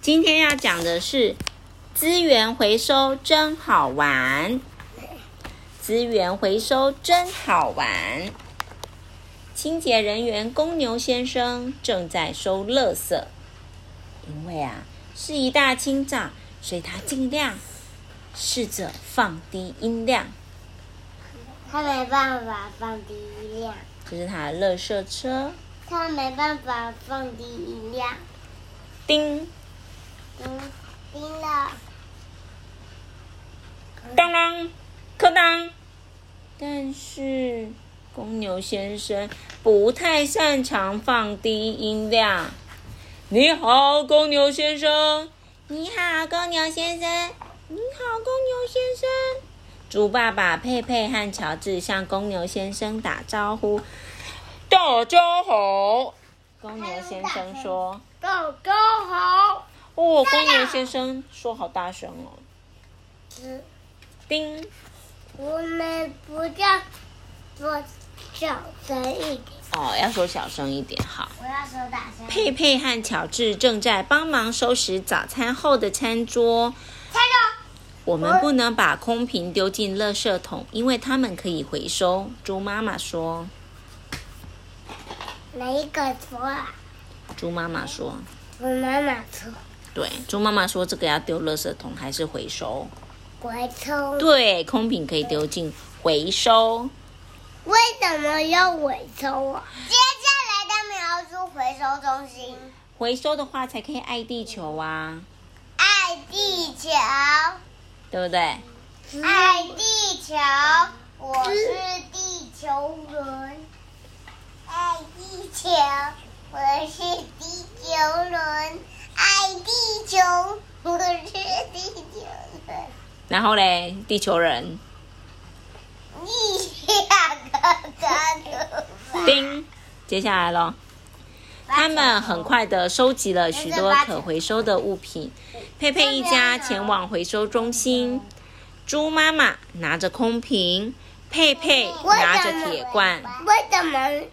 今天要讲的是资源回收真好玩，资源回收真好玩。清洁人员公牛先生正在收垃圾，因为啊是一大清早，所以他尽量试着放低音量。他没办法放低音量，这是他的垃圾车，他没办法放低音量。叮嗯，冰了，当当，可当。但是公牛先生不太擅长放低音量。你好，公牛先生。你好，公牛先生。你好，公牛先生。猪爸爸、佩佩和乔治向公牛先生打招呼。大家好，公牛先生说。狗狗好哦，公牛先生说好大声哦。吃。叮，我们不要做小声一点，哦，要说小声一点好。我要说大声。佩佩和乔治正在帮忙收拾早餐后的餐桌。猜到我们不能把空瓶丢进垃圾桶，因为它们可以回收。猪妈妈说，哪一个错啊？猪妈妈说，我妈妈错，对，猪妈妈说这个要丢垃圾桶还是回收？我错。对，空瓶可以丢进回收。为什么要回收啊？接下来他们要住回收中心，回收的话才可以爱地球啊，爱地球，爱对不对？地球，我是地球人，爱地球，我是地球人，爱地球，我是地球人。然后嘞，地球人，你两个干叮，接下来咯。他们很快地收集了许多可回收的物品。佩佩一家前往回收中心，猪妈妈拿着空瓶，佩佩拿着铁罐。为什么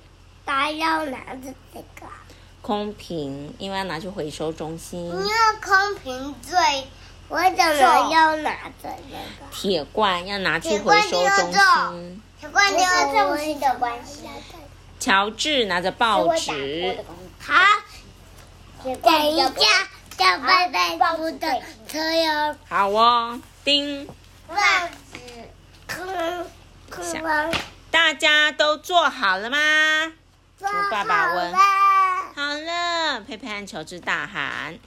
他要拿着这个啊？空瓶因为要拿去回收中心，因为空瓶最，我怎么要拿着那个？铁罐要拿去回收中心。小罐丢了，这不是的关系。乔治拿着报纸，好，等一下，小拜拜猪的车要好哦，叮，报纸，空空完，大家都做好了吗？做爸爸问好了好了，佩佩和乔治大喊：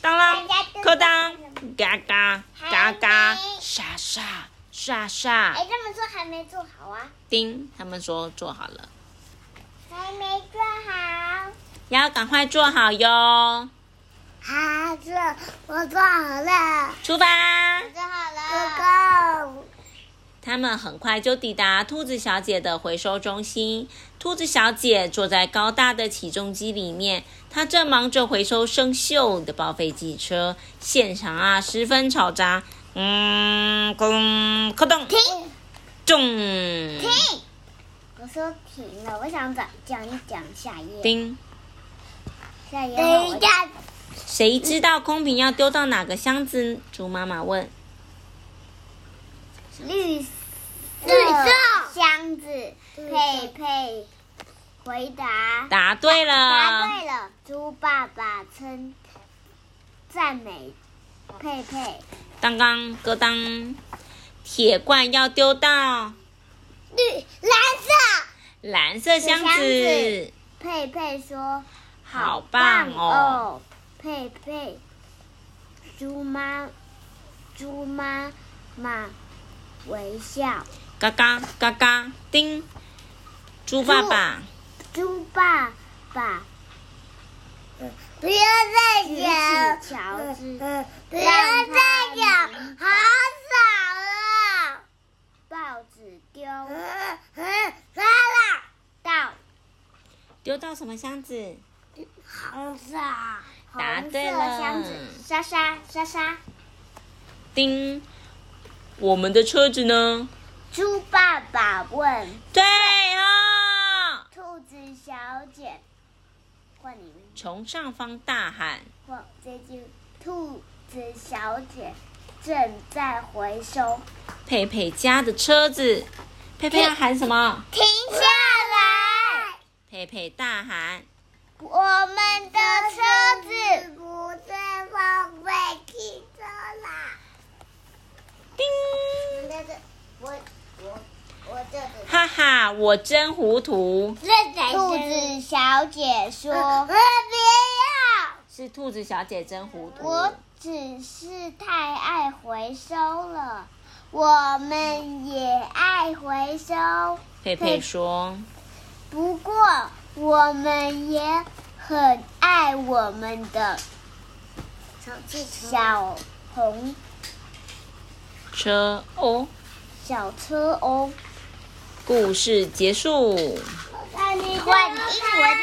当啷大家都，扣当，嘎嘎嘎嘎，沙沙沙沙，哎，这么做还没做好啊？叮！他们说做好了，还没做好。要赶快做好哟，啊，这我做好了，出发！做好了。哥哥，他们很快就抵达兔子小姐的回收中心。兔子小姐坐在高大的起重机里面，她正忙着回收生锈的报废机车，现场啊十分嘈杂。嗯，咚，咯咚，停咚，嗯停！我说停了，我想讲讲一讲下一页。叮！下一页。等一下，谁知道空瓶要丢到哪个箱子？猪妈妈问。绿绿色箱子，佩佩回答答对了。答对了。猪爸爸称赞美佩佩，当当咯当，铁罐要丢到绿蓝色。蓝色箱箱子子。佩佩说：“好棒哦！”佩佩，猪妈，猪妈妈微笑。嘎嘎嘎嘎，叮！猪爸爸，猪爸爸，不要再讲，乔治，不要再讲，好少了。报纸丢，算了，到丢到什么箱子？红色，答红色对了箱子，莎莎，莎莎。叮！我们的车子呢？猪爸爸问对哦，兔子小姐：“换你。从上方大喊，我这只兔子小姐正在回收。佩佩家的车子，佩佩要喊什么？停下来！佩佩大喊。我们的车子不再荒废汽车啦！叮，那个，我我我这个。哈哈，我真糊涂。兔子小姐说：“我不要，是兔子小姐真糊涂。我只是太爱回收了，我们也爱回收，佩佩说不过我们也很爱我们的小红车哦。小车哦。”故事结束。换英文。